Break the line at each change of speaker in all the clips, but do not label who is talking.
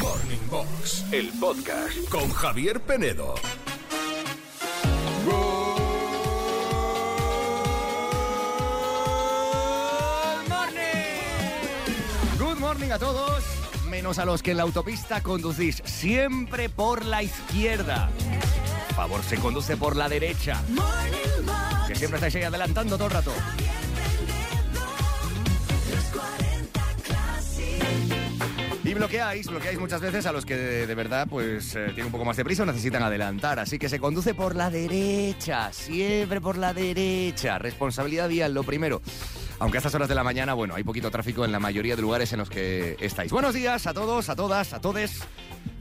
Morning Box, el podcast con Javier Penedo.
Good morning a todos, menos a los que en la autopista conducís siempre por la izquierda. Por favor, se conduce por la derecha, que siempre estáis ahí adelantando todo el rato. Y bloqueáis, bloqueáis muchas veces a los que de, de verdad pues eh, tienen un poco más de prisa o necesitan adelantar. Así que se conduce por la derecha, siempre por la derecha. Responsabilidad vial, lo primero. Aunque a estas horas de la mañana, bueno, hay poquito tráfico en la mayoría de lugares en los que estáis. Buenos días a todos, a todas, a todes.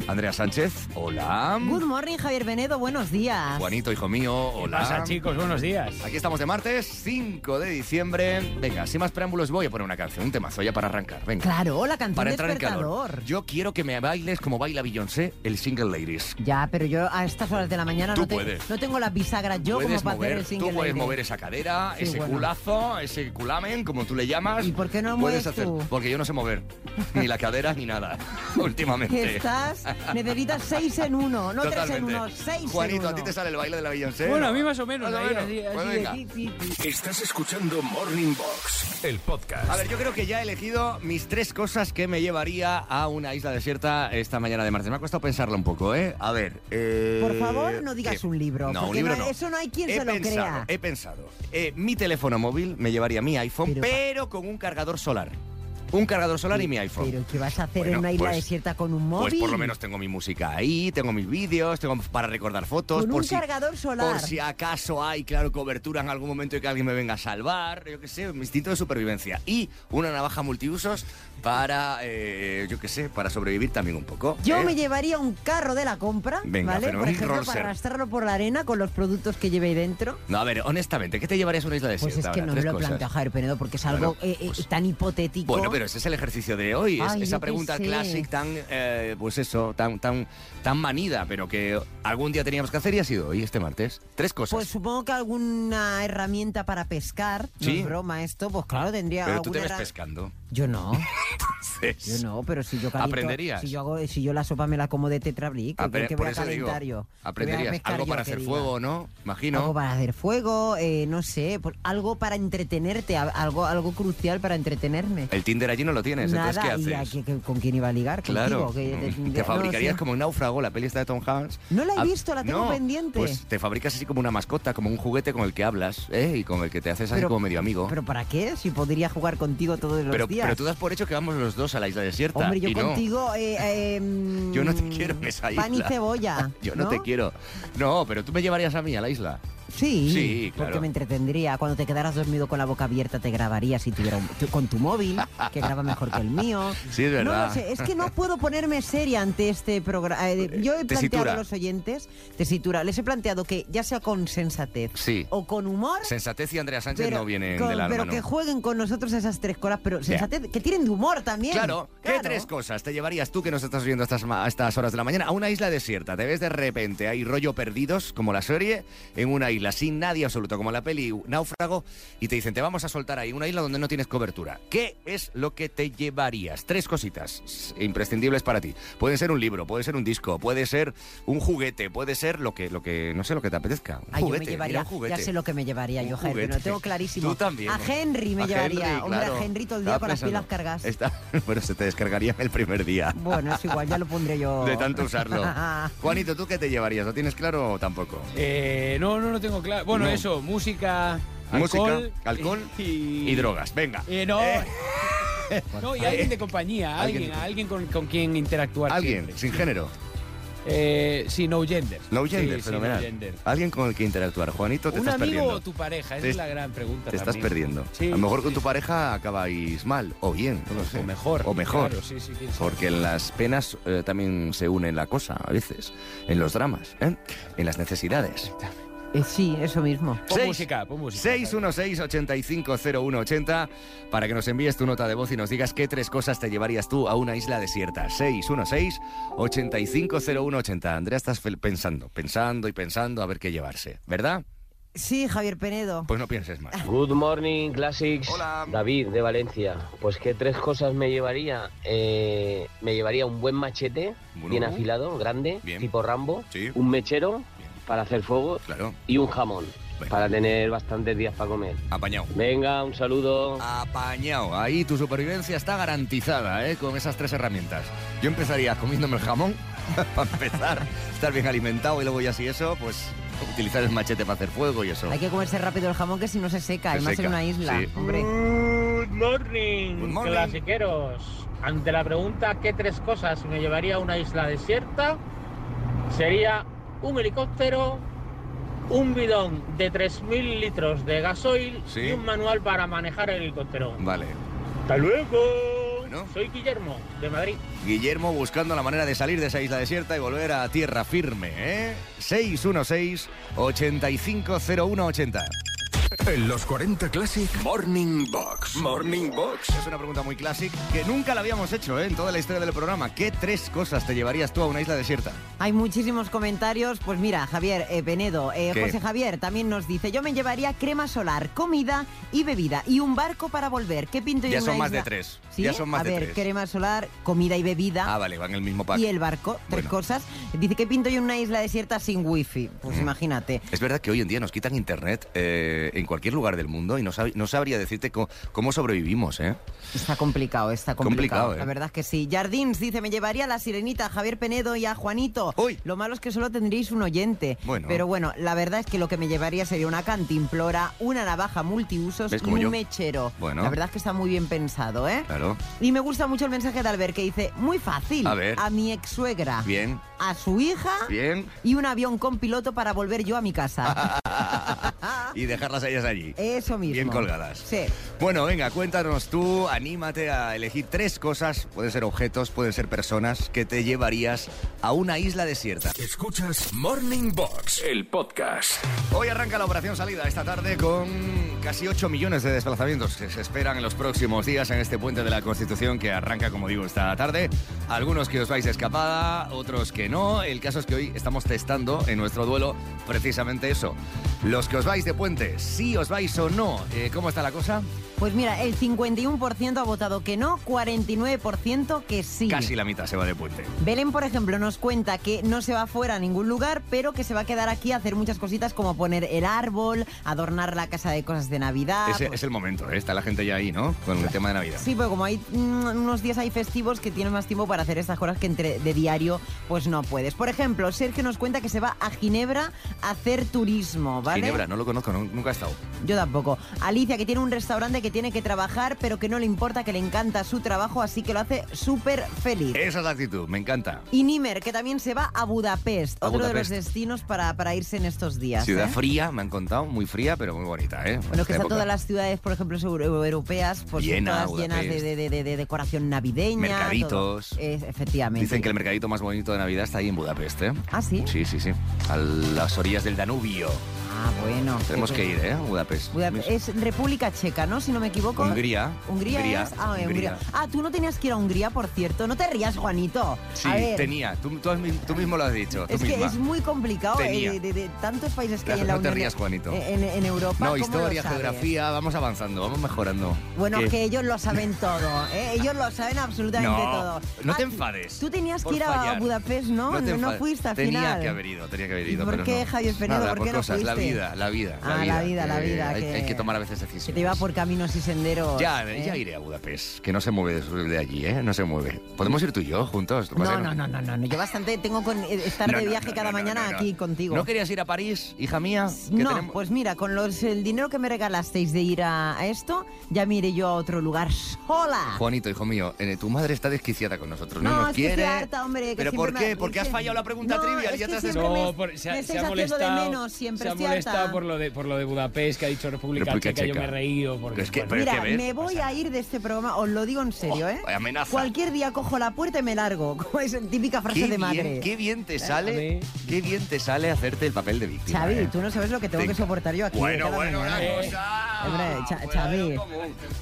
Andrea Sánchez, hola.
Good morning, Javier Venedo, buenos días.
Juanito, hijo mío, hola.
pasa, chicos? Buenos días.
Aquí estamos de martes, 5 de diciembre. Venga, sin más preámbulos, voy a poner una canción, un temazo ya para arrancar. Venga.
Claro, la canción
Para entrar en calor.
despertador.
Yo quiero que me bailes como baila Beyoncé el Single Ladies.
Ya, pero yo a estas horas de la mañana
Tú
no, te-
puedes.
no tengo las bisagras yo como
puedes
para hacer
mover,
el single.
tú puedes
lady.
mover esa cadera,
Sí,
ese
bueno.
culazo, ese culamen, como tú le llamas.
¿Y por qué no lo
puedes
mueves
hacer?
tú?
Porque yo no sé mover ni la cadera ni nada últimamente.
Estás, necesitas seis en uno, no tres en
este. Totalmente.
uno, seis en
Juanito,
uno.
¿a ti te sale el baile de la Beyoncé?
Bueno, a
¿No?
mí más o menos. ahí, así,
Pues
así de
venga.
ti, ti, ti.
Estás escuchando Morning Box, el podcast.
A ver, yo creo que ya he elegido mis tres cosas que me llevaría a una isla desierta esta mañana de martes. Me ha costado pensarlo un poco, ¿eh? A ver. eh,
Por favor, no digas un libro,
No, un
porque
libro
no-
no.
eso no hay quien
He
se lo
pensado,
crea.
He pensado. Eh, mi teléfono móvil me llevaría mi iPhone, pero,
Pero-
con un cargador solar. Un cargador solar y mi iPhone.
Pero ¿qué vas a hacer
Bueno,
en una isla
pues-
desierta con un móvil?
Pues por lo menos tengo mi música ahí, tengo mis vídeos, tengo para recordar fotos.
Con
por
un
si,
cargador solar.
Por si acaso hay, claro, cobertura en algún momento y que alguien me venga a salvar, yo qué sé, mi instinto de supervivencia. Y una navaja multiusos para, eh, yo qué sé, para sobrevivir también un poco.
Yo
¿eh?
me llevaría un carro de la compra,
Venga,
¿vale?
pero
Por
un
ejemplo,
Rolser.
para arrastrarlo por la arena con los productos que lleve ahí dentro.
No, a ver, honestamente, ¿qué te llevarías a una isla desierta?
Pues es que
ahora?
no me
Tres
lo he
cosas.
planteado, Javier Penedo, porque es algo
Bueno,
eh, eh,
pues-
tan hipotético.
Bueno, pero ese es el ejercicio de hoy, es
Ay, yo
esa
qué
pregunta
sé.
clásica tan, eh, pues eso, tan, tan, tan manida, pero que algún día teníamos que hacer y ha sido hoy, este martes. Tres cosas.
Pues supongo que alguna herramienta para pescar.
Sí. Ah,
No es broma esto, pues claro, tendría
pero tú te
alguna
ves
herra-
pescando.
Yo no, yo
Entonces,
no, pero si yo caliento...
Aprenderías.
Si yo, hago, si yo la sopa me la como de tetrablic,
apre-
que
por
Pues voy a
eso digo,
calentar yo. ¿Qué voy a
aprenderías
pescar
algo
yo,
para hacer
querida?
fuego, ¿no?
Algo
Imagino.
para hacer fuego, eh, no sé, por- algo para entretenerte, a- algo, algo crucial para entretenerme.
El Tinder allí no lo tienes,
Nada,
entonces
y
¿qué
a
haces?
que- que- ¿con quién iba a ligar?
Claro,
Contigo, que-
mm,
de-
te
de-
fabricarías
no, sí.
como un náufrago, la peli está de Tom Hanks.
No la he
Ah,
visto, la tengo
no,
pendiente.
Pues te fabricas así como una mascota, como un juguete con el que hablas, ¿eh? Y con el que te haces así
Pero-
como medio amigo.
¿Pero para qué? Si podría jugar contigo todos los
Pero,
días.
pero tú das por hecho que vamos los dos a la isla desierta.
Hombre, yo
y no.
contigo. eh, eh,
Yo no te quiero en esa
Pan y
isla.
cebolla.
Yo no, te quiero. No, pero tú me llevarías a mí a la isla.
Sí,
Sí, claro.
porque me entretendría. Cuando te quedaras dormido con la boca abierta, te grabaría si tuviera un- tu- con tu móvil, que graba mejor que el mío.
Sí, es
No
verdad.
lo sé, es que no puedo ponerme seria ante este programa.
Eh,
yo he planteado
Tesitura.
a los oyentes, tesitura, les he planteado que ya sea con sensatez
Sí.
o con humor.
Sensatez y Andrea Sánchez
Pero,
no vienen
con-
del alma,
pero
¿no?
que jueguen con nosotros esas tres cosas, pero
Ya.
sensatez, que tienen de humor también.
Claro, ¿qué tres cosas te llevarías tú que nos estás oyendo a estas, ma- a estas horas de la mañana a una isla desierta? Te ves de repente, hay rollo perdidos, como la serie, en una isla sin nadie absoluto, como la peli Náufrago, y te dicen, te vamos a soltar ahí, una isla donde no tienes cobertura. ¿Qué es lo que te llevarías? Tres cositas s- imprescindibles para ti. Puede ser un libro, puede ser un disco, puede ser un juguete, puede ser lo que, lo que no sé, lo que te apetezca. Un
Ay, yo
juguete,
me
mira,
llevaría,
un juguete.
ya sé lo que me llevaría
Un
yo, Javier,
juguete.
pero lo tengo clarísimo.
Tú también.
A Henry me
A
llevaría.
Henry,
Hombre,
claro.
a Henry todo el día
Estaba
con las pilas
pensando,
cargadas.
está- Bueno, se te descargaría el primer día.
Bueno, es igual, ya lo pondré yo.
De tanto usarlo. Juanito, ¿tú qué te llevarías? ¿Lo tienes claro o tampoco?
Eh, no, no, no tengo claro. Bueno,
No.
eso, música,
Música,
alcohol,
alcohol
y,
Y drogas, venga.
Eh, no.
Eh,
No, y alguien de compañía,
Alguien
alguien,
de-
alguien con, con quien interactuar.
Alguien,
siempre.
sin género.
Eh, sí, no gender.
No gender,
Sí, sí,
fenomenal.
no gender.
Alguien con el que interactuar. Juanito, te
¿Un
estás
amigo o
perdiendo.
tu pareja? Esa
Te-
es la gran pregunta.
Te estás
también.
perdiendo.
Sí,
a lo mejor
sí,
con tu
sí.
pareja acabáis mal o bien, no lo sé.
O mejor.
O mejor.
Claro, sí, sí, quién sabe.
Porque en las penas eh, también se une la cosa, a veces. En los dramas, ¿eh? En las necesidades.
Eh, sí, eso mismo.
Pon
Seis-
música, pon música.
616-850180 para que nos envíes tu nota de voz y nos digas qué tres cosas te llevarías tú a una isla desierta. 616-850180. Andrea, estás fel- pensando, pensando y pensando a ver qué llevarse, ¿verdad?
Sí, Javier Penedo.
Pues no pienses más.
Good morning, Classics.
Hola.
David de Valencia. Pues qué tres cosas me llevaría. Eh, me llevaría un buen machete,
Bueno.
bien afilado, grande,
Bien.
tipo Rambo,
Sí.
un mechero
Bien.
para hacer fuego
Claro,
y un jamón
Venga.
para tener bastantes días para comer.
apañado.
Venga, un saludo.
Apañado. Ahí tu supervivencia está garantizada, ¿eh? Con esas tres herramientas. Yo empezaría comiéndome el jamón, para empezar, estar bien alimentado y luego ya si eso, pues utilizar el machete para hacer fuego y eso.
Hay que comerse rápido el jamón que si no se seca,
Se
es más
seca,
en una isla.
sí.
Hombre.
Good morning,
Good morning.
clasiqueros. Ante la pregunta ¿qué tres cosas me llevaría a una isla desierta? Sería un helicóptero, un bidón de 3.000 litros de gasoil
Sí.
y un manual para manejar el helicóptero.
Vale.
¡Hasta luego!
Bueno.
Soy Guillermo, de Madrid.
Guillermo buscando la manera de salir de esa isla desierta y volver a tierra firme, ¿eh? 616-850180.
En los 40 Classic Morning Box. Morning Box.
Es una pregunta muy clásica que nunca la habíamos hecho ¿eh? en toda la historia del programa. ¿Qué tres cosas te llevarías tú a una isla desierta?
Hay muchísimos comentarios. Pues mira, Javier eh, Penedo, eh,
¿Qué?
José Javier también nos dice, yo me llevaría crema solar, comida y bebida y un barco para volver. ¿Qué pinto yo
Ya
en
son
una
más de
isla?
tres.
¿Sí?
Ya son más
A
de
ver,
tres.
crema solar, comida y bebida.
Ah, vale, van en el mismo pack.
Y el barco, tres
Bueno.
cosas. Dice que pinto yo en una isla desierta sin wifi.
Mm.
Pues imagínate.
Es verdad que hoy en día nos quitan internet eh, en cualquier lugar del mundo y no, sab- no sabría decirte co- cómo sobrevivimos, ¿eh?
Está complicado, está complicado.
Complicado, ¿eh?
La verdad es que sí. Jardins dice, me llevaría a la sirenita, a Javier Penedo y a Juanito.
Uy.
Lo malo es que solo tendríais un oyente.
Bueno.
Pero bueno, la verdad es que lo que me llevaría sería una cantimplora, una navaja multiusos
¿Ves
y
como
un
yo?
mechero.
Bueno.
La verdad es que está muy bien pensado, ¿eh?
Claro.
Y me gusta mucho el mensaje de Albert que dice, muy fácil,
A ver.
mi ex suegra,
Bien,
a su hija
bien.
y un avión con piloto para volver yo a mi casa.
Y dejarlas a ellas allí.
Eso mismo.
Bien colgadas.
Sí.
Bueno, venga, cuéntanos tú, anímate a elegir tres cosas, pueden ser objetos, pueden ser personas, que te llevarías a una isla desierta.
Escuchas Morning Box, el podcast.
Hoy arranca la operación salida esta tarde con casi 8 millones de desplazamientos que se esperan en los próximos días en este puente de la Constitución que arranca, como digo, esta tarde. Algunos que os vais de escapada, otros que no. El caso es que hoy estamos testando en nuestro duelo precisamente eso. Los que os vais de puente, si os vais o no, eh, ¿cómo está la cosa?
Pues mira, el 51% ha votado que no, 49% que sí.
Casi la mitad se va de puente.
Belén, por ejemplo, nos cuenta que no se va fuera a ningún lugar, pero que se va a quedar aquí a hacer muchas cositas como poner el árbol, adornar la casa de cosas de Navidad.
Ese es el momento, ¿eh? está la gente ya ahí, ¿no? Con el tema de Navidad.
Ah, pues. Sí, pues como hay mm, unos días hay festivos que tienes más tiempo para hacer estas cosas que entre de diario pues no puedes. Por ejemplo, Sergio nos cuenta que se va a Ginebra a hacer turismo, ¿vale?
Ginebra, no lo conozco, nu- nunca he estado.
Yo tampoco. Alicia, que tiene un restaurante que tiene que trabajar, pero que no le importa, que le encanta su trabajo, así que lo hace súper feliz.
Esa es la actitud, me encanta.
Y Nimer, que también se va a Budapest,
A
otro
Budapest.
de los destinos para, para irse en estos días.
Ciudad
¿eh?
fría, me han contado, muy fría, pero muy bonita, ¿eh?
Bueno, que
Esta
están
época.
todas las ciudades, por ejemplo, euro- europeas, pues
Viena,
todas llenas de,
Budapest.
de- de- de- de decoración navideña.
Mercaditos.
todo. Eh, efectivamente.
Dicen que el mercadito más bonito de Navidad está ahí en Budapest, ¿eh?
Ah, sí.
Sí, sí, sí. A las orillas del Danubio.
Ah, bueno.
Tenemos que
Qué-
ir, ¿eh? A Budapest.
Budapest. Es República Checa, ¿no? Si no me equivoco.
Hungría.
Hungría,
Hungría,
es. Ah, eh,
Hungría.
Hungría. Ah, tú no tenías que ir a Hungría, por cierto. No te rías, Juanito.
Sí,
a ver,
tenía. Tú, tú has mi- tú mismo lo has dicho, tú
Es que
misma.
es muy complicado
Tenía.
eh, de, de- de tantos países que
Claro,
hay en la
no te
Unión-
rías, Juanito.
eh, En, en Europa. ¿cómo
no,
lo
historia,
sabes?
geografía, vamos avanzando, vamos mejorando.
Bueno,
¿Qué?
que ellos lo saben todo, ¿eh? ellos lo saben absolutamente
No,
todo.
no
Ah,
te enfades.
Tú tenías
por
que ir
fallar.
a Budapest, ¿no?
te
No, no
enfades.
fuiste al
tenía
final.
que haber ido, tenía que haber
¿Y
ido.
por
pero
qué,
no.
Javier Penedo,
Nada,
por qué no
cosas, La
fuiste?
vida, la vida.
Ah, la vida, la
que
vida,
Hay,
que-
hay que tomar a veces decisiones.
Que te iba por caminos y senderos.
Ya,
¿eh?
ya iré a Budapest, que no se mueve de- de allí, ¿eh? No se mueve. ¿Podemos ir tú y yo juntos?
No, no, no, no, no, no, Yo bastante tengo con eh, estar de viaje cada mañana aquí contigo.
¿No querías ir a París, hija mía? Que
No,
tenemos-
pues mira, con los, el dinero que me regalasteis de ir a, a esto, ya me iré yo a otro lugar sola.
Juanito, hijo mío, eh, tu madre está desquiciada con nosotros. No,
No,
nos
es que
quiere.
estoy harta, hombre, que
¿Pero
siempre
por qué?
me-
Porque
es
has
que-
fallado la pregunta
no,
trivial y
es
ya
que
te has des-
siempre me-
por-
me estáis haciendo de menos, siempre
se ha
estoy
molestado
harta.
por lo, de, por lo de Budapest, que ha dicho República,
República
Checa,
Checa.
yo me he reído. Porque,
Es que-
bueno,
pero
Mira,
ves,
me voy a ir de este programa, os lo digo en serio,
Oh,
¿eh?
vaya amenaza.
Cualquier día cojo la puerta y me largo, como es típica frase
qué,
de
bien,
madre.
qué bien te sale,
mí.
qué bien te sale hacerte el papel de víctima.
Xavi,
¿eh?
tú no sabes lo que tengo
Venga.
que soportar yo aquí.
Bueno,
cada
bueno,
mañana,
la
¿eh?
cosa.
Hombre, Cha-
Bueno,
Xavi.
¿cómo?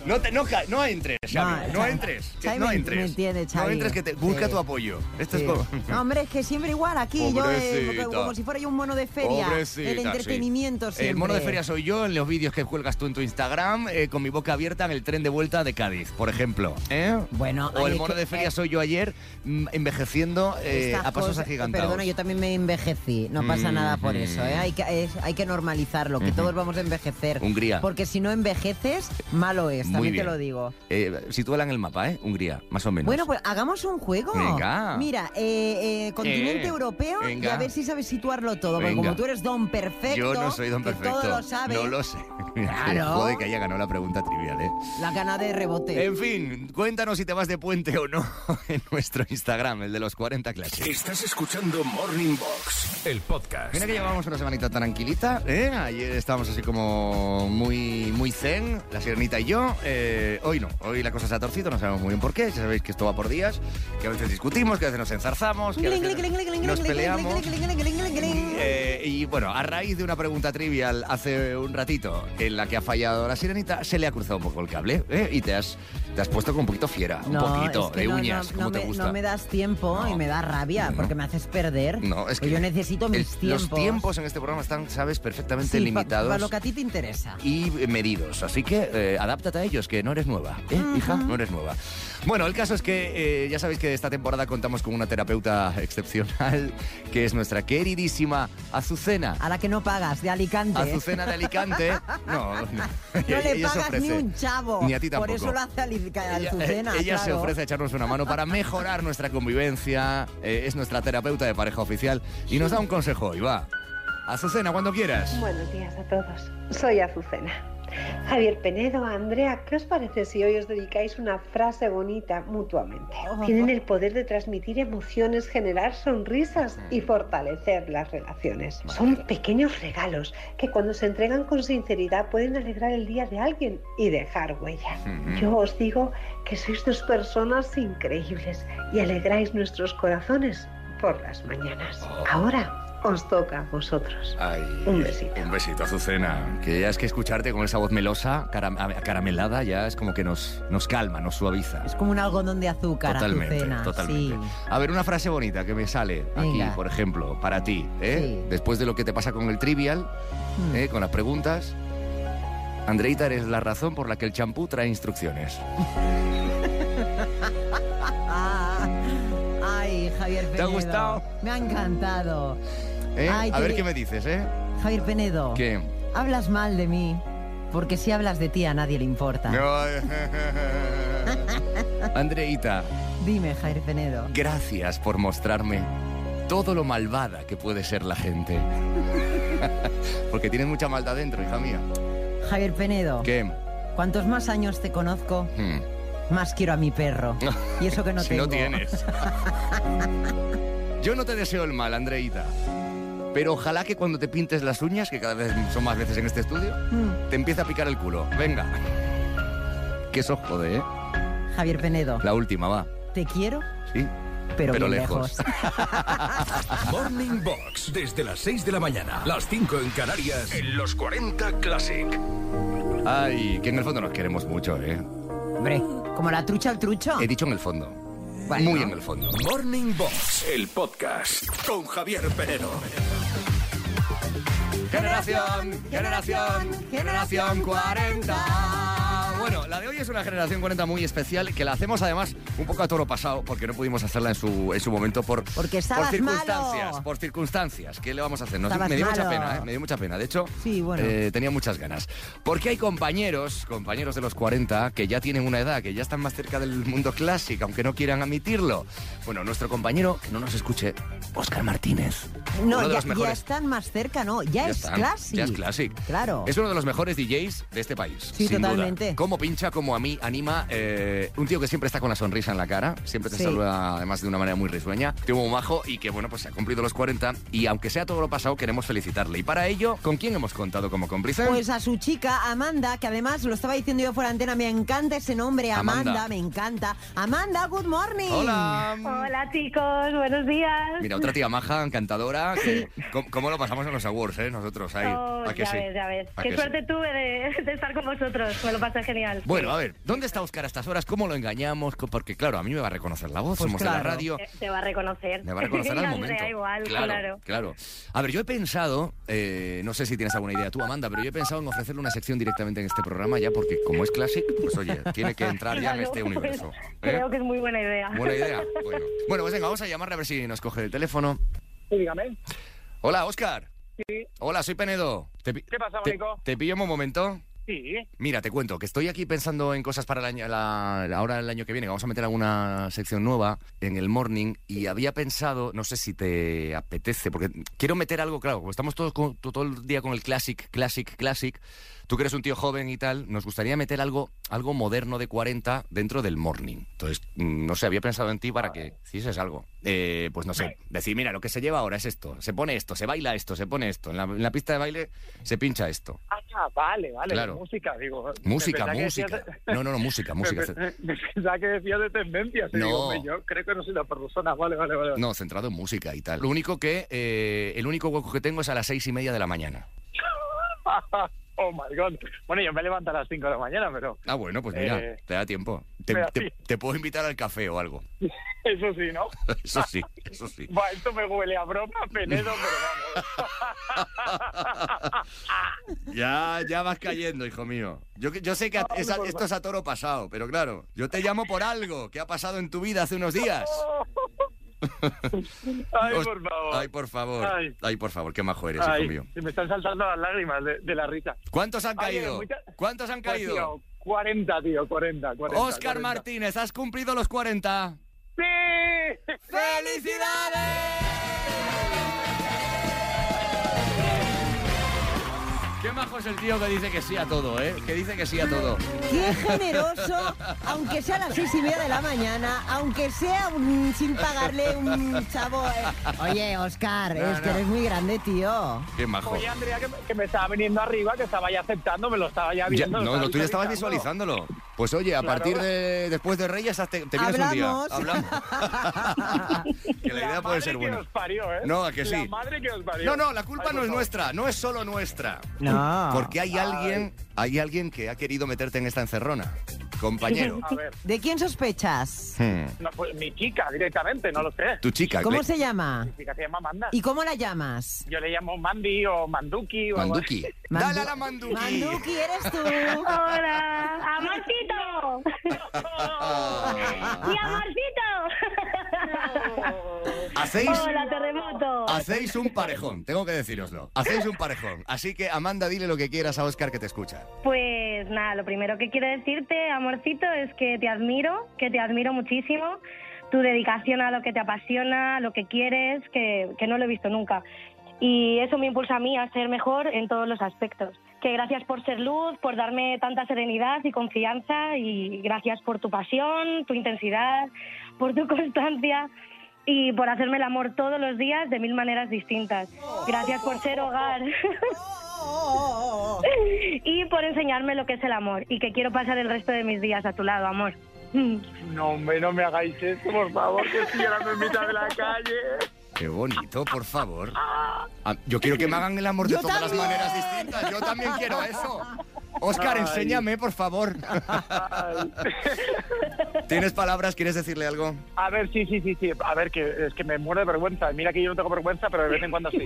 No, te, no, ca- no entres, Xavi, no,
No, Xavi-
entres. que
Xavi
no
me-
entres.
me entiende,
No
Xavi.
entres que te busca
Sí.
tu apoyo. Esto
Sí.
es como...
No, hombre, es que siempre igual aquí, yo eh,
Pobrecita.
como si fuera yo un mono de feria.
Pobrecita,
el
sí.
entretenimiento siempre.
El mono de feria soy yo en los vídeos que cuelgas tú en tu Instagram, eh, con mi boca abierta en el tren de vuelta de Cádiz, por ejemplo. ¿eh?
Bueno,
o
ay,
el
es
mono
que-
de feria
eh,
soy yo ayer, mm, envejeciendo eh,
estas
a pasos
cosas-
agigantados.
Perdona, yo también me envejecí. No pasa nada por eso, ¿eh?
Mm.
Hay que, es- hay que normalizarlo, que
Ujú.
todos vamos a envejecer.
Hungría.
Porque si no envejeces, malo es,
Muy
también te
bien.
lo digo.
Eh, sitúala en el mapa, ¿eh? Hungría, más o menos.
Bueno, pues hagamos un juego.
Venga.
Mira, eh, eh, continente
Eh,
europeo y
venga.
a ver si sabes situarlo todo. Porque
Venga.
como tú eres don perfecto,
yo no soy don
que
perfecto.
todo lo sabes,
No lo sé.
Claro.
Joder, que haya ganado la pregunta trivial, ¿eh?
la gana de rebote.
En fin, cuéntanos si te vas de puente o no en nuestro Instagram, el de los 40 clases.
Estás escuchando Morning Box, el podcast.
Mira que llevamos una semanita tranquilita, ¿eh? Ayer estábamos así como muy, muy zen, la sirenita y yo. Eh, hoy no, hoy la cosa se ha torcido, no sabemos muy bien por qué. Ya sabéis que esto va por días, que a veces discutimos, que a veces nos enzarzamos, que a
Gling,
veces
gling, gling, gling,
nos
gling,
peleamos.
gling, gling, gling, gling, gling.
Eh, y bueno, a raíz de una pregunta trivial hace un ratito en la que ha fallado la sirenita, se le ha cruzado un poco el cable ¿eh? y te has, te has puesto como un poquito fiera,
No,
un poquito
es que
de
no, no,
uñas,
no
como te
me,
gusta.
no me das tiempo
No.
y me da rabia
No.
porque me haces perder.
No,
Pues
es que
yo necesito
el-
mis tiempos.
Los tiempos en este programa están, sabes, perfectamente
Sí, pa-
limitados.
Para lo que a ti te interesa.
y medidos. Así que eh, adáptate a ellos, que no eres nueva. ¿Eh, hija? No eres nueva. Bueno, el caso es que eh, ya sabéis que esta temporada contamos con una terapeuta excepcional, que es nuestra queridísima Azucena.
A la que no pagas, de Alicante.
Azucena de Alicante. No, no.
No le
Ella se
pagas ni
ofrece.
un chavo.
Ni a ti tampoco.
Por eso lo hace Alica-
Ella,
Azucena.
eh, ella se
claro.
ofrece a echarnos una mano para mejorar nuestra convivencia. eh, es nuestra terapeuta de pareja oficial y nos da un consejo hoy, va. Azucena, cuando quieras.
Buenos días a todos. Soy Azucena. Javier Penedo, Andrea, ¿qué os parece si hoy os dedicáis una frase bonita mutuamente?
Ojo.
Tienen el poder de transmitir emociones, generar sonrisas y fortalecer las relaciones. Son pequeños regalos que cuando se entregan con sinceridad pueden alegrar el día de alguien y dejar huella.
Ujú.
Yo os digo que sois dos personas increíbles y alegráis nuestros corazones por las mañanas. Ahora os toca a vosotros.
Ay,
Un besito.
Un besito, Azucena. Que ya es que escucharte con esa voz melosa, caram- a- caramelada, ya es como que nos, nos calma, nos suaviza.
Es como un algodón de azúcar,
Totalmente,
Azucena.
totalmente.
Sí.
A ver, una frase bonita que me sale aquí,
Venga.
por ejemplo, para ti, ¿eh?
Sí.
Después de lo que te pasa con el trivial,
Mm.
¿eh? con las preguntas. Andreita, eres la razón por la que el champú trae instrucciones.
Ah, ay, Javier Penedo.
¿Te ha gustado?
Me ha encantado.
¿eh?
Ay,
a
qué
ver
bien.
qué me dices, ¿eh?
Javier Penedo.
¿Qué?
Hablas mal de mí. Porque si hablas de ti a nadie le importa.
No. eh. Andreita,
Dime, Javier Penedo.
gracias por mostrarme todo lo malvada que puede ser la gente. Porque tienes mucha maldad dentro, hija mía.
Javier Penedo.
¿Qué?
Cuantos más años te conozco,
Hmm.
más quiero a mi perro. Y eso que no
si
tengo.
no tienes. Yo no te deseo el mal, Andreita. Pero ojalá que cuando te pintes las uñas, que cada vez son más veces en este estudio,
Mm.
te empiece a picar el culo. Venga. Que eso jode, ¿eh?
Javier Penedo,
La última, va.
te quiero,
Sí.
pero,
Pero
bien
lejos.
Morning Box, desde las 6 de la mañana, las 5 en Canarias, en los 40 Classic.
Ay, que en el fondo nos queremos mucho, ¿eh?
Hombre, como la trucha al trucho.
He dicho en el fondo.
Ah. Bueno.
Muy en el fondo.
Morning Box, el podcast con Javier Penedo.
Generación, generación, generación 40. Bueno, la de hoy es una generación 40 muy especial que la hacemos además un poco a toro pasado porque no pudimos hacerla en su, en su momento por,
Porque
por
estabas
circunstancias.
malo.
Por circunstancias. ¿Qué le vamos a hacer? Nos-
Estabas
me dio mucha
malo.
pena, ¿eh? me dio mucha pena. De hecho,
Sí, bueno.
eh, tenía muchas ganas. Porque hay compañeros, compañeros de los 40, que ya tienen una edad, que ya están más cerca del mundo clásico, aunque no quieran admitirlo. Bueno, nuestro compañero, que no nos escuche, Óscar Martínez. uno
No,
de
ya,
los mejores.
ya están más cerca, no. Ya,
Ya
es
están,
clásico.
ya es classic.
Claro.
Es uno de los mejores DJs de este país.
Sí,
sin
totalmente.
Duda. Cómo pincha, cómo a mí anima. eh, un tío que siempre está con la sonrisa en la cara, siempre te
Sí.
saluda además de una manera muy risueña. Tío muy majo y que, bueno, pues se ha cumplido los 40 y aunque sea todo lo pasado, queremos felicitarle. Y para ello, ¿con quién hemos contado como cómplice?
Pues a su chica, Amanda, que además lo estaba diciendo yo fuera antena, me encanta ese nombre, Amanda,
Amanda.
me encanta. Amanda, good morning.
Hola.
Hola chicos, buenos días.
Mira, otra tía maja, encantadora. que- ¿cómo, cómo lo pasamos en los awards, eh? Nosotros ahí.
Oh,
¿A que
ya
sí?
ves, ya ves.
¿A
Qué
que sí?
suerte tuve de, de estar con vosotros. Me lo pasé
genial.
Bueno, a ver, ¿dónde está Oscar a estas horas? ¿Cómo lo engañamos? Co- Porque, claro, a mí me va a reconocer la voz,
Pues
somos de la
claro.
radio.
Te- Te va a reconocer.
ah, Me va a reconocer al
Ya
momento.
Me da igual,
claro,
claro.
claro. A ver, yo he pensado, eh, no sé si tienes alguna idea tú, Amanda, pero yo he pensado en ofrecerle una sección directamente en este programa ya, porque como es Classic, pues oye, tiene que entrar ya en
Claro,
este
pues,
universo. ¿eh?
Creo que es muy buena idea.
Buena idea. Bueno. Bueno, pues venga, vamos a llamarle a ver si nos coge el teléfono.
Dígame.
Hola, Óscar.
Sí.
Hola, soy Penedo. Te pi-
¿Qué pasa,
te-
Mónico?
¿Te pillo un momento?
Sí.
Mira, te cuento que estoy aquí pensando en cosas para el año, la, la- ahora el año que viene. que Vamos a meter alguna sección nueva en el morning y había pensado, no sé si te apetece, porque quiero meter algo, claro, como estamos todos con- to- todo el día con el classic, classic, classic. Tú que eres un tío joven y tal, nos gustaría meter algo, algo moderno de 40 dentro del morning. Entonces, mm, no sé, había pensado en ti para que hicieses algo. Eh, pues no sé, decir, mira, lo que se lleva ahora es esto, se pone esto, se baila esto, se pone esto, en la- en la pista de baile se pincha esto.
Ah, vale, vale.
Claro.
Música, digo.
Música,
Pensaba que
música.
decías-
No, no, no, música, música.
Pensaba que decías de tendencias. y
No.
digo, hombre, yo creo que no soy la persona. Vale, vale, vale.
No, centrado en música y tal. Lo único que, eh, el único hueco que tengo es a las seis y media de la mañana.
oh my god. Bueno, yo me levanto a las 5 de la mañana, pero
Ah, bueno, pues mira,
Eh,
te da tiempo. Te,
mira,
te-
sí.
te puedo invitar al café o algo.
eso sí, ¿no?
Eso sí, eso sí.
Va, esto me huele a broma, Penedo, pero vamos.
Ya, ya vas cayendo, hijo mío. Yo, que- yo sé que a- es a- esto es a toro pasado, pero claro, yo te llamo por algo que ha pasado en tu vida hace unos días.
Ay,
Os-
por favor.
Ay, por favor.
Oh. Ay.
Ay, por favor, qué majo eres,
Ay,
hijo mío.
se me están saltando las lágrimas de, de la risa.
¿Cuántos han
Ay,
caído?
mucha-
¿Cuántos han
Pues,
caído?
tío, 40, tío, 40, 40.
Oscar
40.
Martínez, has cumplido los 40.
¡Sí!
¡Felicidades! Qué majo es el tío que dice que sí a todo, ¿eh? Que dice que sí a todo.
Qué generoso, aunque sea a las seis y media de la mañana, aunque sea un- sin pagarle un chavo. eh. Oye, Oscar,
No,
es que
no.
eres muy grande, tío.
Qué majo.
Oye, Andrea, que, me- que me estaba viniendo arriba, que estaba ya aceptando, me lo estaba ya
Ya,
viendo.
no,
estaba
no, tú ya estabas
visualizando.
visualizándolo. Pues oye, a
Claro.
partir de después de Reyes haz- te, te vienes un día.
Hablamos.
Hablamos. que la idea
madre
puede ser
que
buena.
os parió, ¿eh?
No, ¿a que
La
sí?
madre que os parió.
No, no, la culpa
Ay,
no
por
es
favor. Ah.
nuestra, no es solo nuestra.
No.
Porque hay alguien, hay alguien que ha querido meterte en esta encerrona. Compañero.
A ver,
¿De quién sospechas?
Hmm.
no, pues, mi chica directamente, no lo sé.
Tu chica.
¿Cómo
le-
se llama?
Mi chica se llama Manda.
¿Y cómo la llamas?
Yo le llamo Mandy o Manduki o algo
Manduki.
así.
Mandu-
Dale a la Manduki.
Manduki, eres tú.
¡Hola! ¡Amorcito! ¡Y amorcito!
Hacéis,
¡Hola, terremoto!
hacéis un parejón, tengo que deciroslo. Hacéis un parejón. Así que, Amanda, dile lo que quieras a Oscar que te escucha.
Pues nada, lo primero que quiero decirte, amorcito, es que te admiro, que te admiro muchísimo. Tu dedicación a lo que te apasiona, a lo que quieres, que, que no lo he visto nunca. Y eso me impulsa a mí a ser mejor en todos los aspectos. Que gracias por ser luz, por darme tanta serenidad y confianza y gracias por tu pasión, tu intensidad, por tu constancia y por hacerme el amor todos los días de mil maneras distintas. Gracias por ser hogar. y por enseñarme lo que es el amor y que quiero pasar el resto de mis días a tu lado, amor.
No, hombre, no me hagáis eso, por favor, que estoy llorando en mitad de la calle.
Qué bonito, por favor. Ah, Yo quiero que me hagan el amor de
Yo
todas
también.
las maneras distintas. Yo también quiero eso. Oscar,
Ay.
enséñame, por favor.
Ay.
¿Tienes palabras? ¿Quieres decirle algo?
A ver, sí, sí, sí, sí. A ver, que es que me muero de vergüenza. Mira que yo no tengo vergüenza, pero de vez en cuando sí.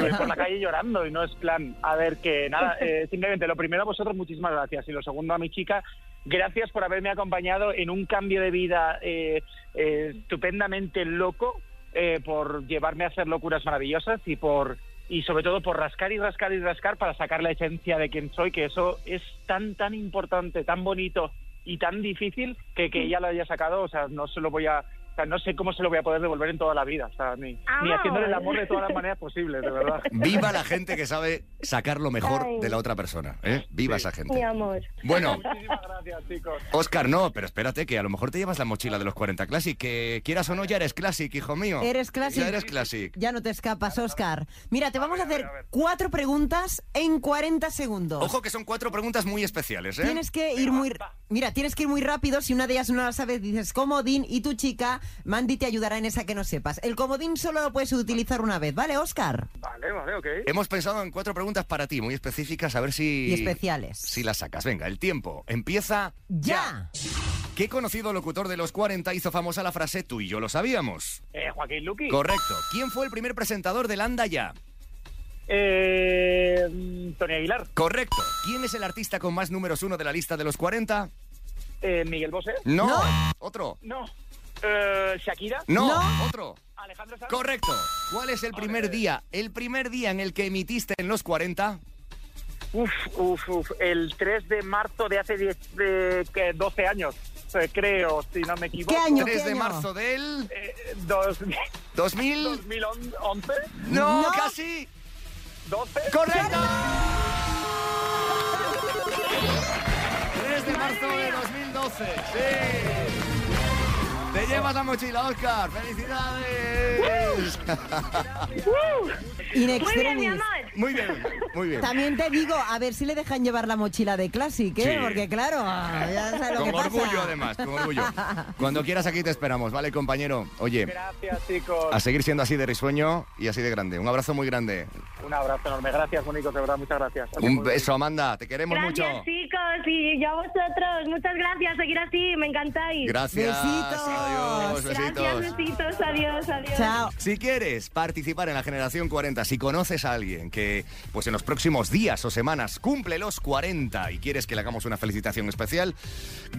Voy por la calle llorando y no es plan. A ver, que nada, eh, simplemente lo primero a vosotros, muchísimas gracias. Y lo segundo a mi chica, gracias por haberme acompañado en un cambio de vida eh, eh, estupendamente loco, eh, por llevarme a hacer locuras maravillosas y por y sobre todo por rascar y rascar y rascar para sacar la esencia de quien soy, que eso es tan, tan importante, tan bonito y tan difícil que, que ella lo haya sacado, o sea, no se lo voy a... o sea, no sé cómo se lo voy a poder devolver en toda la vida, o sea, ni, ni
Au.
haciéndole el amor de todas las maneras posibles, de verdad.
Viva la gente que sabe sacar lo mejor
Ay.
de la otra persona. ¿eh? Viva esa
Mi
gente.
amor.
Bueno,
Muchísimas gracias, chicos.
Oscar, no, pero espérate, que a lo mejor te llevas la mochila de los 40 Classic. Que quieras o no, ya eres Classic, hijo mío.
Eres Classic.
Ya eres Classic.
Ya no te escapas, Oscar. Mira, te vamos a hacer
a ver.
cuatro preguntas en 40 segundos.
Ojo que son cuatro preguntas muy especiales, ¿eh?
Tienes que ir muy... Mira, tienes que ir muy rápido. Si una de ellas no la sabes, dices comodín y tu chica, Mandy, te ayudará en esa que no sepas. El comodín solo lo puedes utilizar una vez, ¿vale, Oscar?
Ah, Vale, vale, ok.
Hemos pensado en cuatro preguntas para ti, muy específicas, a ver si...
Y especiales.
Si las sacas. Venga, el tiempo empieza...
¡Ya!
¿Qué conocido locutor de los 40 hizo famosa la frase tú y yo lo sabíamos?
Eh, Joaquín Luqui.
Correcto. ¿Quién fue el primer presentador del Anda Ya?
Eh, mm, Tony Aguilar.
Correcto. ¿Quién es el artista con más números uno de la lista de los 40?
Eh, Miguel Bosé.
No. ¿Otro?
No. Eh, Shakira.
No. ¿Otro?
Alejandro Sanz.
Correcto. ¿Cuál es el primer día? El primer día en el que emitiste en los 40.
Uf, uf, uf. El 3 de marzo de hace 10, de, que 12 años, eh, creo, si no me equivoco.
¿Qué año?
3 de
año?
marzo del
Eh, dos-
2000.
2011,
No,
No.
casi.
12.
¡Correcto! 3 de marzo de 2012. Sí. Te llevas la mochila, Oscar. ¡Felicidades!
In
Muy bien, mi
extremis.
amor.
Muy bien, muy bien.
También te digo, a ver si le dejan llevar la mochila de Classic, ¿eh?
Sí.
Porque claro, ya sabes lo
Con
que pasa.
orgullo, además, con orgullo. Cuando quieras aquí te esperamos, ¿vale, compañero? Oye,
Gracias, chicos.
a seguir siendo así de risueño y así de grande. Un abrazo muy grande.
Un abrazo enorme. Gracias, Mónico, de verdad, muchas gracias.
Un beso, Amanda. Te queremos
Gracias,
mucho.
chicos, y yo a vosotros. Muchas gracias, seguir así, me encantáis.
Gracias.
Besitos.
Adiós, besitos.
Gracias, besitos, adiós, adiós.
Chao.
Si quieres participar en la generación 40, si conoces a alguien que pues en los próximos días o semanas cumple los 40 y quieres que le hagamos una felicitación especial,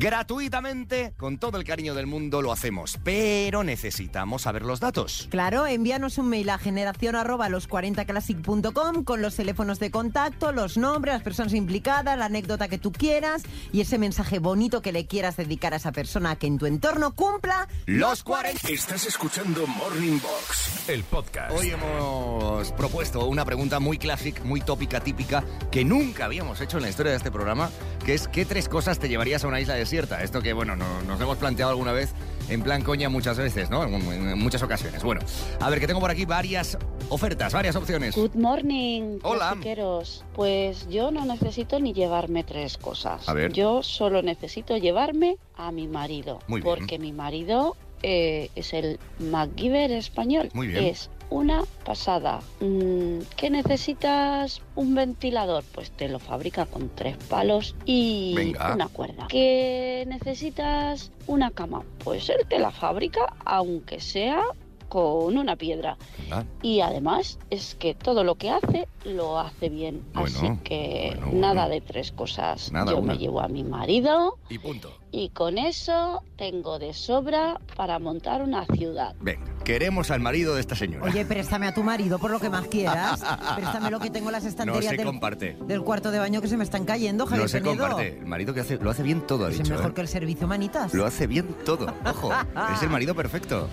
gratuitamente, con todo el cariño del mundo lo hacemos, pero necesitamos saber los datos.
Claro, envíanos un mail a generación arroba los40classic.com con los teléfonos de contacto, los nombres, las personas implicadas, la anécdota que tú quieras y ese mensaje bonito que le quieras dedicar a esa persona que en tu entorno cumpla
Los 40
Estás escuchando Morning Box, el podcast.
Hoy hemos propuesto una pregunta muy clásica, muy tópica, típica, que nunca habíamos hecho en la historia de este programa, que es ¿qué tres cosas te llevarías a una isla desierta? Esto que, bueno, no- nos hemos planteado alguna vez en plan coña muchas veces, ¿no? En, en muchas ocasiones. Bueno, a ver, que tengo por aquí varias ofertas, varias opciones.
Good morning,
Hola.
clasiqueros. Pues yo no necesito ni llevarme tres cosas.
A ver.
Yo solo necesito llevarme a mi marido.
Muy bien.
porque mi marido eh, es el MacGyver español.
Muy bien.
Es una pasada. Mm, ¿Qué necesitas? Un ventilador. Pues te lo fabrica con tres palos y
Venga.
una cuerda. ¿Qué necesitas? Una cama. Pues él te la fabrica, aunque sea con una piedra.
Ah,
Y además es que todo lo que hace lo hace bien. Así
Bueno,
que
bueno,
nada
bueno.
de tres cosas.
Nada,
Yo
una.
me llevo a mi marido
y punto.
y con eso tengo de sobra para montar una ciudad.
Venga, queremos al marido de esta señora.
Oye, préstame a tu marido por lo que más quieras. Préstame lo que tengo en las
no
estanterías
se
del,
comparte.
del cuarto de baño que se me están cayendo, Javier
No se
Penedo.
comparte. El marido que hace, lo hace bien todo, ha
Pues
dicho.
es mejor
¿eh?
que el servicio manitas.
Lo hace bien todo. Ojo, es el marido perfecto.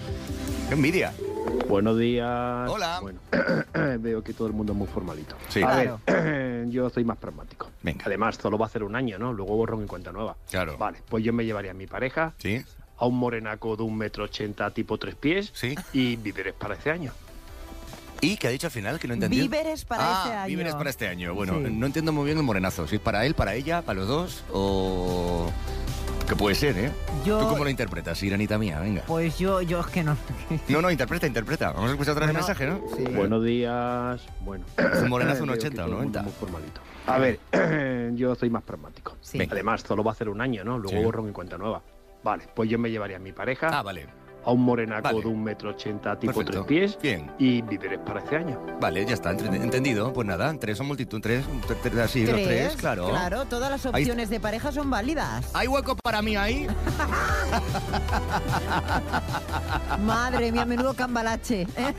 Qué envidia.
Buenos días.
Hola.
Bueno, veo que todo el mundo es muy formalito.
Sí.
A
Claro.
ver, yo soy más pragmático.
Venga.
Además, solo va a hacer un año, ¿no? Luego borrón en cuenta nueva.
Claro.
Vale, pues yo me llevaría a mi pareja,
Sí,
a un morenaco de un metro ochenta, tipo tres pies,
sí.
y víveres para este año.
¿Y qué ha dicho al final? Que no entendí.
Víveres para
ah,
este año.
Víveres para este año. Bueno,
Sí.
no entiendo muy bien el morenazo. Si es para él, para ella, para los dos o. Que puede ser, ¿eh?
Yo-
¿Tú cómo lo interpretas, Iranita mía? Venga.
Pues yo, yo es que no.
No, no, interpreta, interpreta. Vamos a escuchar otra vez
Bueno,
el mensaje, ¿no?
sí.
Buenos días. Bueno.
Un morenazo, un
veo que
80 o
todo el mundo
90.
es Muy formalito. A ver, yo soy más pragmático.
Sí.
Venga.
Además, solo va a hacer un año, ¿no? Luego
Sí.
borrón en cuenta nueva. Vale, pues yo me llevaría a mi pareja,
Ah, vale.
a un morenaco
Vale.
de un metro ochenta, tipo
Perfecto.
tres pies,
Bien.
y víveres para este año.
Vale, ya está. entre- Entendido. Pues nada, tres son multitud. Tres, tres, tres, así, los tres, claro.
Claro, todas las
Ahí está.
opciones de pareja son válidas.
¿Hay hueco para mí ahí?
Madre mía, menudo cambalache. ¿eh?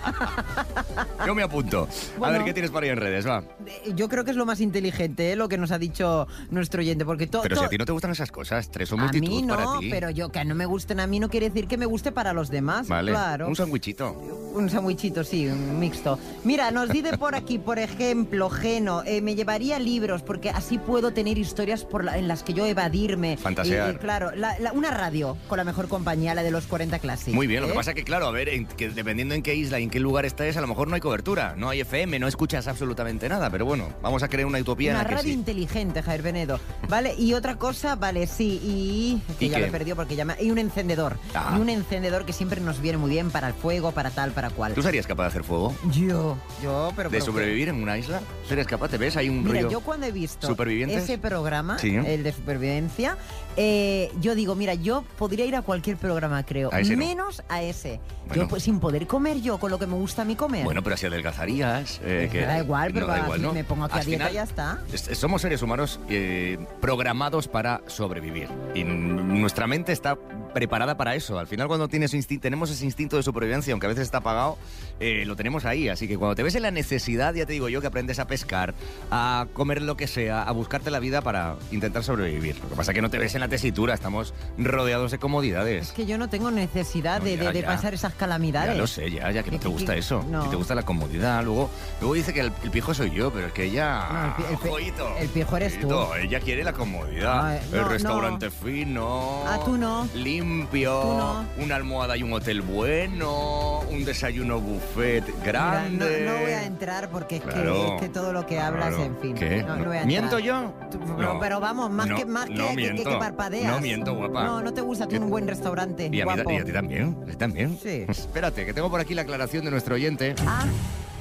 Yo me apunto. A
Bueno.
ver, ¿qué tienes para ahí en redes? Va.
Eh, Yo creo que es lo más inteligente, ¿eh? lo que nos ha dicho nuestro oyente, porque todo.
Pero si a ti no te gustan esas cosas, tres son
a
multitud
mí no,
para ti.
pero yo que no me gusten a mí no quiere decir que me guste para los demás.
Vale,
Claro.
un sandwichito.
Un sandwichito, sí, un mixto. Mira, nos dice por aquí, por ejemplo, Geno, eh, me llevaría libros porque así puedo tener historias por la- en las que yo evadirme.
Fantasear.
Y, y claro, la- la- una radio con la mejor compañía, la de los 40 Classic.
Muy bien, lo que
¿eh?
pasa que, claro, a ver, en- que dependiendo en qué isla y en qué lugar estés, a lo mejor no hay cobertura, no hay FM, no escuchas absolutamente nada, pero bueno, vamos a crear una utopía
Una
en la que
radio
sí.
inteligente, Javier Benedo. Vale, y otra cosa, vale, sí, y. que
¿Y
ya
qué?
lo he perdido porque ya me- Y un encendedor.
Ah.
Y un encendedor que siempre nos viene muy bien para el fuego, para tal, para cual.
¿Tú serías capaz de hacer fuego?
Yo, yo, pero...
¿De
pero-
sobrevivir en una isla? ¿Serías capaz? ¿Te ves? Hay un
Mira,
río.
yo cuando he visto
¿Supervivientes?
ese programa,
Sí.
el de supervivencia, eh, yo digo, mira, yo podría ir a cualquier programa, creo,
A ese no.
menos a ese.
Bueno.
Yo pues, sin poder comer yo con lo que me gusta a mí comer. Pues
Bueno, pero así adelgazarías. eh, que-
me da igual,
no,
pero
da
va,
igual,
si
¿no?
me pongo aquí
Al
a dieta
final,
y ya está.
es- Somos seres humanos eh, programados para sobrevivir. Y n- nuestra mente está preparada para eso. Al final, cuando tienes instin- tenemos ese instinto de supervivencia, aunque a veces está apagado, eh, lo tenemos ahí. Así que cuando te ves en la necesidad, ya te digo yo que aprendes a pescar, a comer lo que sea, a buscarte la vida para intentar sobrevivir. Lo que pasa es que no te ves en la tesitura, estamos rodeados de comodidades.
Es que yo no tengo necesidad
No,
de, de-
ya,
de
ya.
pasar esas
Ya
calamidades.
lo sé, ya, ya que no
Que-
te
que-
gusta
que-
eso.
no.
Que te gusta la comodidad. Luego, luego dice que el, el pijo soy yo, pero es que
No, el
ella.
pi- el pi-
Joyito.
el pijo eres tú.
Joyito, Ella quiere la comodidad.
Ah, eh, no,
el restaurante fino.
Ah, tú no.
Limpio.
Tú no.
Una almohada y un hotel bueno. Un desayuno buffet
Mira,
grande.
no, no voy a entrar porque es que-
Claro.
es que, todo lo que hablas,
Claro.
en fin.
¿Qué?
No, no voy a
¿Miento
entrar.
yo?
Tú-
No.
Pero, pero vamos, más
No,
que más que,
no
que- que-
miento.
que parpadeas.
No miento, guapa.
No, no te gusta, tú en un buen restaurante.
Y a, mí ta-
guapo.
y a ti también, a ti también.
Sí.
Espérate, que tengo por aquí la aclaración de nuestro oyente.
Ah,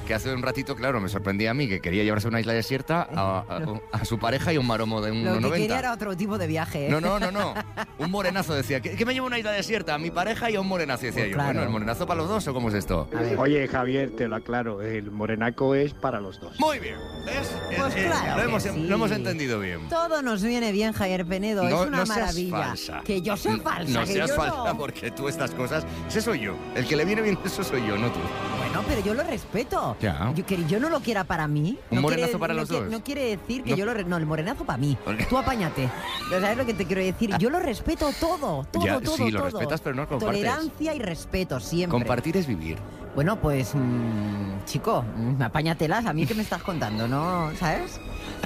Que hace un ratito, claro, me sorprendía a mí que quería llevarse a una isla desierta a, a- a su pareja y un maromo de
Lo que quería
1,90.
era otro tipo de viaje. ¿eh?
No, no, no, no. Un morenazo decía. ¿Qué, qué me llevo a una isla desierta? A mi pareja y a un morenazo. Decía yo, bueno, ¿el morenazo para los dos o cómo es esto?
Oye, Javier, te lo aclaro. El morenaco es para los dos.
Muy bien. ¿Ves?
Pues
Eh, eh,
claro
lo,
que
hemos,
sí.
lo hemos entendido bien.
Todo nos viene bien, Javier Penedo.
No-
es una
no seas
maravilla.
falsa.
Que yo sea
No-
falsa.
No
que
seas
yo
falsa
no.
porque tú estas cosas. Ese soy yo. El que le viene bien, eso soy yo, no tú.
Bueno, pero yo lo respeto.
Ya.
Yo, que yo no lo quiera para mí.
Un
no
morenazo
quiere-
para
no
los
quiere-
dos.
No quiere decir que
No.
yo lo. re- No, el morenazo para mí. Tú apáñate. ¿Sabes lo que te quiero decir? Yo lo respeto todo. Todo,
Ya,
todo.
sí, lo
todo.
respetas, pero no lo compartes.
Tolerancia y respeto siempre.
Compartir es vivir.
Bueno, pues, mm, chico, mm, apáñatelas. A mí que me estás contando, ¿no? ¿Sabes?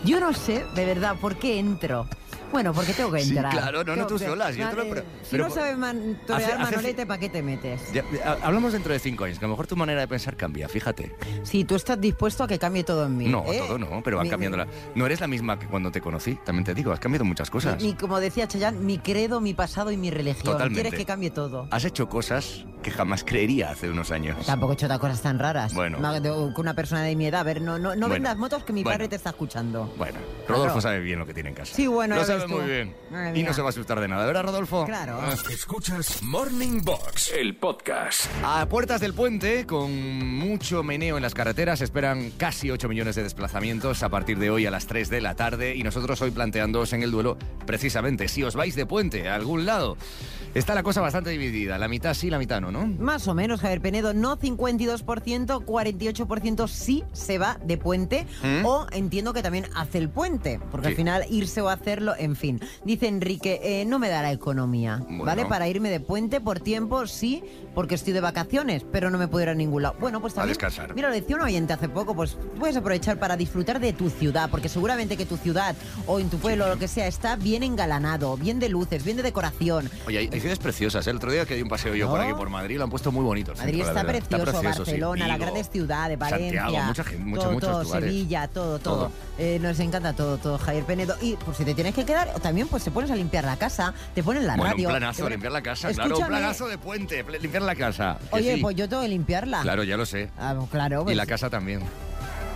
Yo no sé, de verdad, por qué entro. Bueno, porque tengo que
Sí,
entrar.
claro, no, no,
Tengo
tú
que-
solas, yo te lo-
Vale,
pero-
si
pero
no
por-
sabes man- tolerar
hace- hace-
manolete, ¿para qué te metes?
Ya, ha- hablamos dentro de cinco años, que a lo mejor tu manera de pensar cambia, fíjate.
Si tú estás dispuesto a que cambie todo en mí.
No,
¿eh?
todo no, pero va
Mi-
cambiando. La... No eres la misma que cuando te conocí, también te digo, has cambiado muchas cosas.
Mi, mi- como decía Chayanne, mi credo, mi pasado y mi religión.
Totalmente. Ah,
Quieres que cambie todo.
Has hecho cosas que jamás creería hace unos años.
Tampoco he hecho otras cosas tan raras.
Bueno.
No, de- Con una persona de mi edad. A ver, no, no, no
Bueno.
vendas motos que mi
Bueno.
padre te está escuchando.
Bueno, Rodolfo
Claro.
sabe bien lo que tiene en casa.
Sí, bueno,
Lo
ya
sabe
ves
muy
tú.
bien.
Madre
Y
mía.
no se va a asustar de nada, ¿verdad, Rodolfo? Ah.
Claro.
Escuchas Morning Box, el podcast.
A puertas del puente, con mucho meneo en las carreteras, se esperan casi 8 millones de desplazamientos a partir de hoy a las 3 de la tarde y nosotros hoy planteándoos en el duelo precisamente si os vais de puente a algún lado. Está la cosa bastante dividida, la mitad sí, la mitad no, ¿no?
Más o menos, Javier Penedo, no 52%, 48% sí se va de puente
¿Mm?
o entiendo que también hace el puente, porque
Sí.
al final irse o hacerlo, en fin. Dice Enrique, eh, no me da la economía,
Bueno.
¿vale? Para irme de puente por tiempo, sí, porque estoy de vacaciones, pero no me puedo ir a ningún lado. Bueno, pues
A
también...
descansar.
Mira, lo decía un oyente hace poco, pues puedes aprovechar para disfrutar de tu ciudad, porque seguramente que tu ciudad o en tu pueblo, lo que sea, está bien engalanado, bien de luces, bien de decoración.
Oye, hay, hay ciudades preciosas. ¿eh? El otro día que di un paseo yo por
¿No?
aquí, por Madrid, lo han puesto muy bonito. el
Madrid
centro, la
está
verdad.
precioso,
precioso, sí.
Barcelona, las
Vigo,
grandes ciudades, Valencia,
Santiago, mucha gente, muchos,
todo,
muchos
todo,
lugares.
Sevilla, todo, todo.
Todo.
Eh, nos encanta todo, todo, Javier Penedo. Y por si te tienes que quedar, o también pues te pones a limpiar la casa, te pones la
Bueno,
radio.
un
te
planazo,
pones-
limpiar la casa, claro, un
Escúchame.
planazo de puente, pl- limpiar la casa. que
Oye,
sí.
pues yo tengo que limpiarla.
Claro, ya lo sé.
Ah, pues claro,
Y
pues,
la casa también.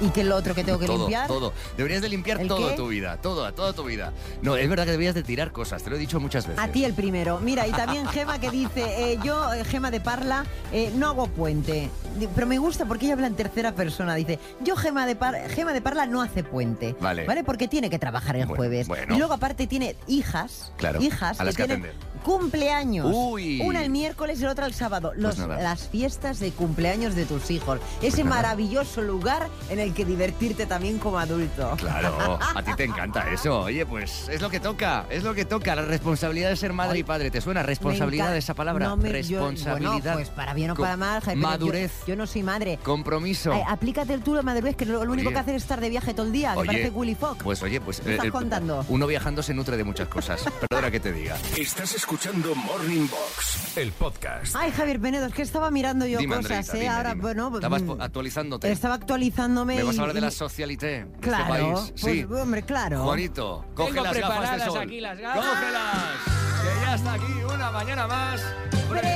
¿y qué es lo otro que tengo que
todo,
limpiar?
todo. Deberías de limpiar
¿El
todo
qué?
tu vida, todo, toda tu vida. No, es verdad que deberías de tirar cosas, te lo he dicho muchas veces.
A ti el primero. Mira, y también Gema que dice, eh, yo, eh, Gema de Parla, eh, no hago puente. Di- Pero me gusta porque ella habla en tercera persona. Dice, yo Gema de, Par- Gema de Parla no hace puente.
Vale.
Porque tiene que trabajar el
Bueno,
jueves.
bueno.
Y luego aparte tiene hijas.
Claro,
Hijas.
a las que
tienen
atender.
Cumpleaños.
Uy. Pues
Una el miércoles y la otra el sábado. Los-
nada. Pues
las fiestas de cumpleaños de tus hijos. Ese
nada.
maravilloso lugar en el que divertirte también como adulto.
Claro, a ti te encanta eso. Oye, pues es lo que toca, es lo que toca. La responsabilidad de ser madre y padre, ¿te suena responsabilidad
de
esa palabra? responsabilidad.
bueno, pues para bien o
Co-
para mal, Jaime, yo-
Madurez,
Yo, no soy madre.
compromiso.
Ay, aplícate el tour de madurez, que lo, lo único
Oye.
que haces es estar de viaje todo el día.
Oye,
me parece Willy Fox.
Pues oye, pues
¿Qué estás contando?
uno viajando se nutre de muchas cosas. Perdona que te diga.
Estás escuchando Morning Box, el podcast.
Ay, Javier Penedo, es que estaba mirando yo
Dime,
cosas,
Andreita,
¿eh?
dime,
Ahora,
dime.
bueno,
Estabas
mm,
po- actualizándote.
estaba actualizándome.
Me vas
y-
a hablar de la
y-
socialité de
Claro,
este país.
pues,
sí.
hombre, claro.
Juanito, coge
Tengo
las gafas de
preparadas
sol.
aquí las gafas.
¡Cógelas! ¡Que ya hasta aquí una mañana más.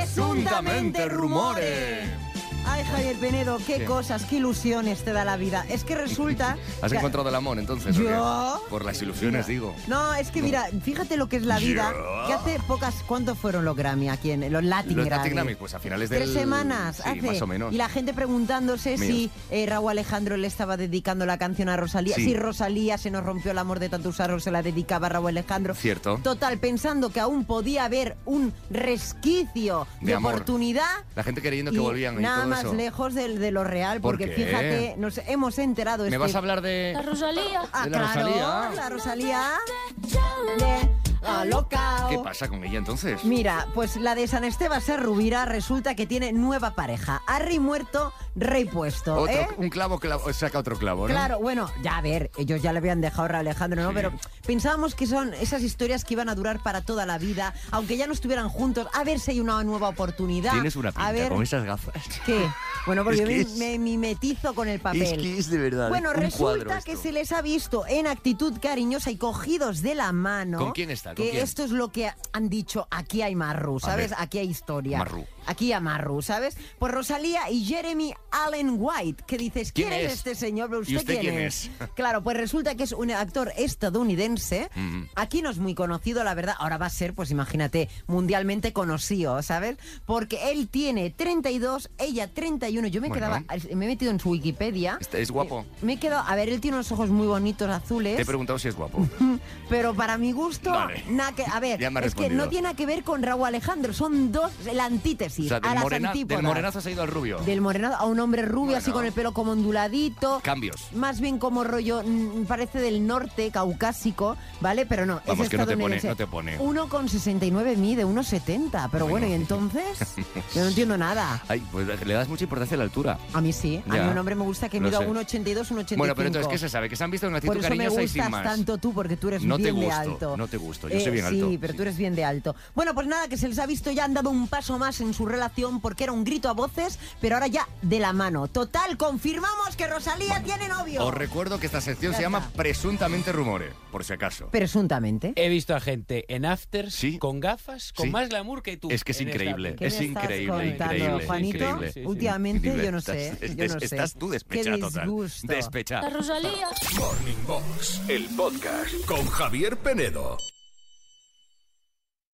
Presuntamente rumores. Ay, Javier Penedo, qué
Sí.
cosas, qué ilusiones te da la vida. Es que resulta...
¿Has
que-
encontrado el amor entonces? o qué?
Yo-
Por las ilusiones, digo.
No, es que mira, fíjate lo que es la vida.
Yo-
Que hace pocas... ¿Cuántos fueron los Grammy aquí? En, los Latin
Los
Grammy.
Latin Grammys, pues a finales del...
Tres semanas
Sí,
hace.
más o menos.
Y la gente preguntándose si
Míos.
eh, Raúl Alejandro le estaba dedicando la canción a Rosalía.
Sí.
Si Rosalía se nos rompió el amor de tantos aros, se la dedicaba a Raúl Alejandro.
Cierto.
Total, pensando que aún podía haber un resquicio
De
de,
amor.
oportunidad.
La gente creyendo
y
que volvían y
nada
todo
más
eso.
lejos del- de, lo real,
¿Por
porque
qué?
fíjate, nos hemos enterado.
¿Me
este-
vas a hablar de...?
La Rosalía. Ah,
De la
claro,
Rosalía.
la Rosalía. De- a oh. locao.
¿Qué pasa con ella entonces?
Mira, pues la de San Esteban Serrubira resulta que tiene nueva pareja. Harry muerto, rey puesto.
Otro-
¿eh?
Un clavo clavo- saca otro clavo, ¿no?
Claro, bueno, ya a ver, ellos ya le habían dejado a Alejandro, ¿no?
Sí.
Pero pensábamos que son esas historias que iban a durar para toda la vida, aunque ya no estuvieran juntos, a ver si hay una nueva oportunidad.
Tienes una pinta
a ver,
con esas gafas.
¿Qué? Bueno, porque
Es
yo
que
me-
es-
me mimetizo con el papel.
Es que es de verdad
Bueno,
un cuadro
resulta
esto.
que se les ha visto en actitud cariñosa y cogidos de la mano.
¿Con quién está? ¿Con
que
quién?
esto es lo que han dicho, aquí hay marru, ¿sabes?
ver.
Aquí hay historia.
Marru.
Aquí hay marru, ¿sabes? Pues Rosalía y Jeremy Allen White, que dices, ¿quién,
¿Quién
es
es?
este señor? Pero
¿Y usted quién es?
Claro, pues resulta que es un actor estadounidense. Aquí no es muy conocido, la verdad. Ahora va a ser, pues imagínate, mundialmente conocido, ¿sabes? Porque él tiene 32, ella 31. Yo me
Bueno.
quedaba, me he metido en su Wikipedia.
Este Es guapo.
Me he quedado, a ver, él tiene unos ojos muy bonitos
Te he
azules,
preguntado si es guapo.
pero para mi gusto,
Vale.
nada que, a ver,
Ya me ha
es que
respondido.
no tiene nada que ver con Raúl Alejandro, son dos, la antítesis,
O sea,
a
del,
las
morena- del
antípodas.
morenazo se ha ido al rubio.
Del morenazo a un hombre rubio, así
Bueno.
con el pelo como onduladito.
Cambios.
Más bien como rollo, mm, parece del norte, caucásico, ¿vale? Pero no,
Vamos,
es
que no te pone,
estadounidense.
no te pone.
1,69 mide, 1,70, pero bueno, ¿y entonces? Yo no entiendo nada.
Ay, pues le das mucha importancia a la altura.
A mí sí, a
Ya.
mí un hombre me gusta que
Lo
mida
sé.
1,82, 1,85.
Bueno, pero entonces, ¿qué se sabe? Que se han visto en una
Por
actitud
eso me
cariñosa y
gustas
sin más.
tanto tú, porque tú eres
No te
bien de
gusto,
alto. Eh,
no te gusto, yo soy bien
Sí,
alto,
pero
sí.
tú eres bien de alto. Bueno, pues nada, que se les ha visto ya, han dado un paso más en su relación, porque era un grito a voces, pero ahora ya de la mano. Total, confirmamos que Rosalía tiene novio.
Os recuerdo que esta sección
Ya
se llama
está.
Presuntamente Rumore, por si acaso.
Presuntamente.
He visto a gente en afters con gafas, con
Sí.
más glamour que tú.
Es que es
en esta
increíble,
aplicación.
¿Qué
es
me estás
increíble,
contando,
increíble,
Juanito?
increíble. Sí, sí.
Últimamente,
Increíble.
yo no
Estás-
sé.
es-
yo
es-
no sé.
estás tú despechada
Qué
total.
disgusto.
Despechada.
Morning Box, el podcast con Javier Penedo.